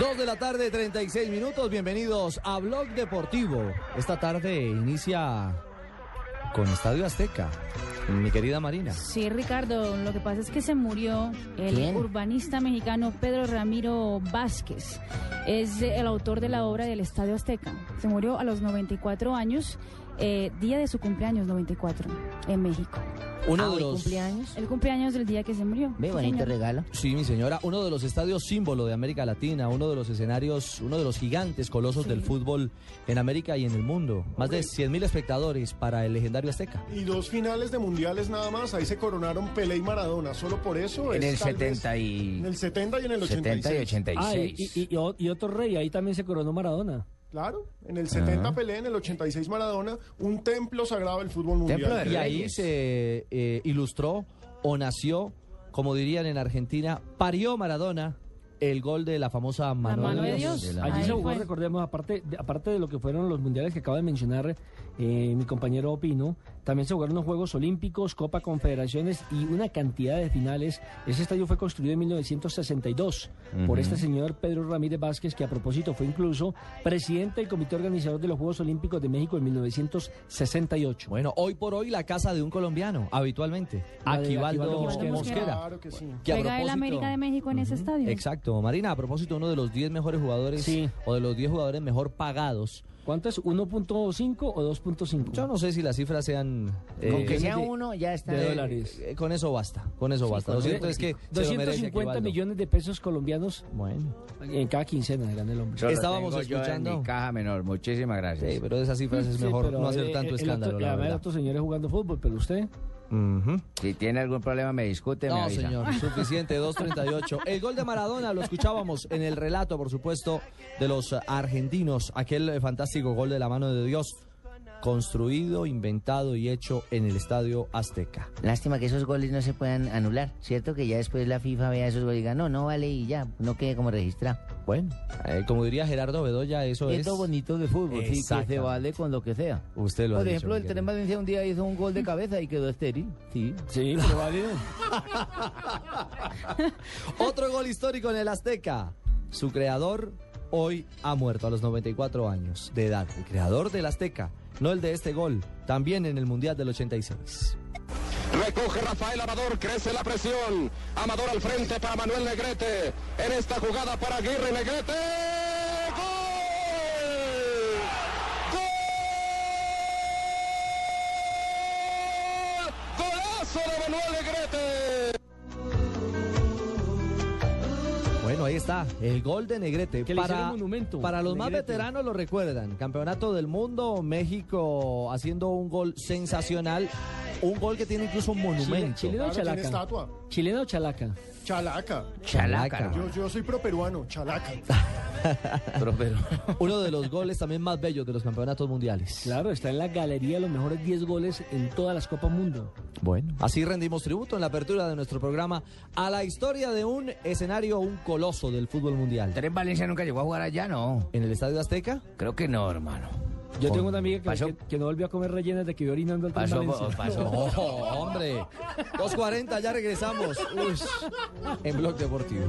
Dos de la tarde, 36 minutos. Bienvenidos a Blog Deportivo. Esta tarde inicia con Estadio Azteca. Mi querida Marina. Sí, Ricardo, lo que pasa es que se murió el ¿Quién? urbanista mexicano Pedro Ramiro Vázquez. Es eh, el autor de la obra del Estadio Azteca. Se murió a los 94 años, eh, día de su cumpleaños 94 en México. Uno Ah, de hoy los. cumpleaños. El cumpleaños del día que se murió. Ve, Sí, bonito señor. regalo. Sí, mi señora, uno de los estadios símbolo de América Latina, uno de los escenarios, uno de los gigantes colosos del fútbol en América y en el mundo. Más de 100.000 espectadores para el legendario Azteca. Y dos finales de mundiales nada más, ahí se coronaron Pelé y Maradona, solo por eso. En el Pues, es tal vez- 70 y- En el 70 y en el 86. 70 y 86. Ah, y, y- y o- y otro rey, ahí también se coronó Maradona. Claro, en el 70 Pelé, en el 86 Maradona, un templo sagrado del fútbol mundial. Templo de Y Y ahí Reyes. se eh, ilustró o nació, como dirían en Argentina, parió Maradona el gol de la famosa mano, mano de Dios. De la- Ahí Allí se jugó, fue. recordemos, aparte de, aparte de lo que fueron los mundiales que acaba de mencionar eh, mi compañero Opino, también se jugaron los Juegos Olímpicos, Copa Confederaciones y una cantidad de finales. Ese estadio fue construido en 1962 por este señor Pedro Ramírez Vázquez, que a propósito fue incluso presidente del comité organizador de los Juegos Olímpicos de México en 1968. Bueno, hoy por hoy la casa de un colombiano, habitualmente. La de Aquivaldo Aquivaldo Mosquera. Mosquera. Claro que sí. que a Juega el propósito- América de México en ese estadio. Exacto, Marina, a propósito, uno de los 10 mejores jugadores Sí. o de los 10 jugadores mejor pagados. ¿Cuánto es? ¿1.5 o 2.5? Yo no sé si las cifras sean... Con que eh, sea de- uno, ya está. de eh, dólares. eh, con eso basta, con eso basta. Lo cierto es que... se lo merece 250 Aquivaldo. millones de pesos colombianos Bueno, en cada quincena gana el hombre. Eso lo estábamos tengo yo en escuchando. mi caja menor. Muchísimas gracias. sí, pero de esas cifras eh. es Sí, mejor pero, no hacer eh, tanto el escándalo, Otro, la además, verdad. otros señores jugando fútbol, pero usted. Ujú. Si tiene algún problema, me discute. me No, avisa. señor, suficiente, 2.38. El gol de Maradona lo escuchábamos en el relato, por supuesto, de los eh, argentinos. Aquel eh, fantástico gol de la mano de Dios, construido, inventado y hecho en el Estadio Azteca. Lástima que esos goles no se puedan anular, ¿cierto? Que ya después la FIFA vea esos goles y diga, no, no vale y ya, no quede como registrado. Bueno, eh, como diría Gerardo Bedoya, eso es... bonito de fútbol, sí, que se vale con lo que sea. Usted lo ha dicho, mi querido. Valencia un día hizo un gol de cabeza y quedó estéril, sí. Sí, pero válido. Otro gol histórico en el Azteca. Su creador hoy ha muerto a los 94 años de edad. El creador del Azteca, no el de este gol, también en el Mundial del 86. Recoge Rafael Amador, crece la presión. Amador al frente para Manuel Negrete. En esta jugada para Aguirre Negrete. ¡Gol! ¡Gol! ¡Golazo de Manuel Negrete! Bueno, ahí está, el gol de Negrete. Que le hicieron monumento, para los más Negrete. veteranos lo recuerdan. Campeonato del Mundo, México haciendo un gol sensacional. Un gol que tiene incluso un Chile- monumento. Chileno o Claro, tiene Chalaca. estatua. Chileno o Chalaca. Chalaca. Chalaca. Yo, yo soy properuano, Chalaca. Uno de los goles también más bellos de los campeonatos mundiales. Claro, está en la galería de los mejores 10 goles en todas las Copas Mundo. Bueno, así rendimos tributo en la apertura de nuestro programa a la historia de un escenario, un coloso del fútbol mundial. Tres Valencia nunca llegó a jugar allá, no. En el Estadio Azteca, Creo que no, hermano. Yo tengo una amiga que, pasó- que- que no volvió a comer rellenas de que iba orinando al Tren Pasó, Valencia. pasó. Ojo, hombre. 2.40, ya regresamos. Ush, en Blog Deportivo.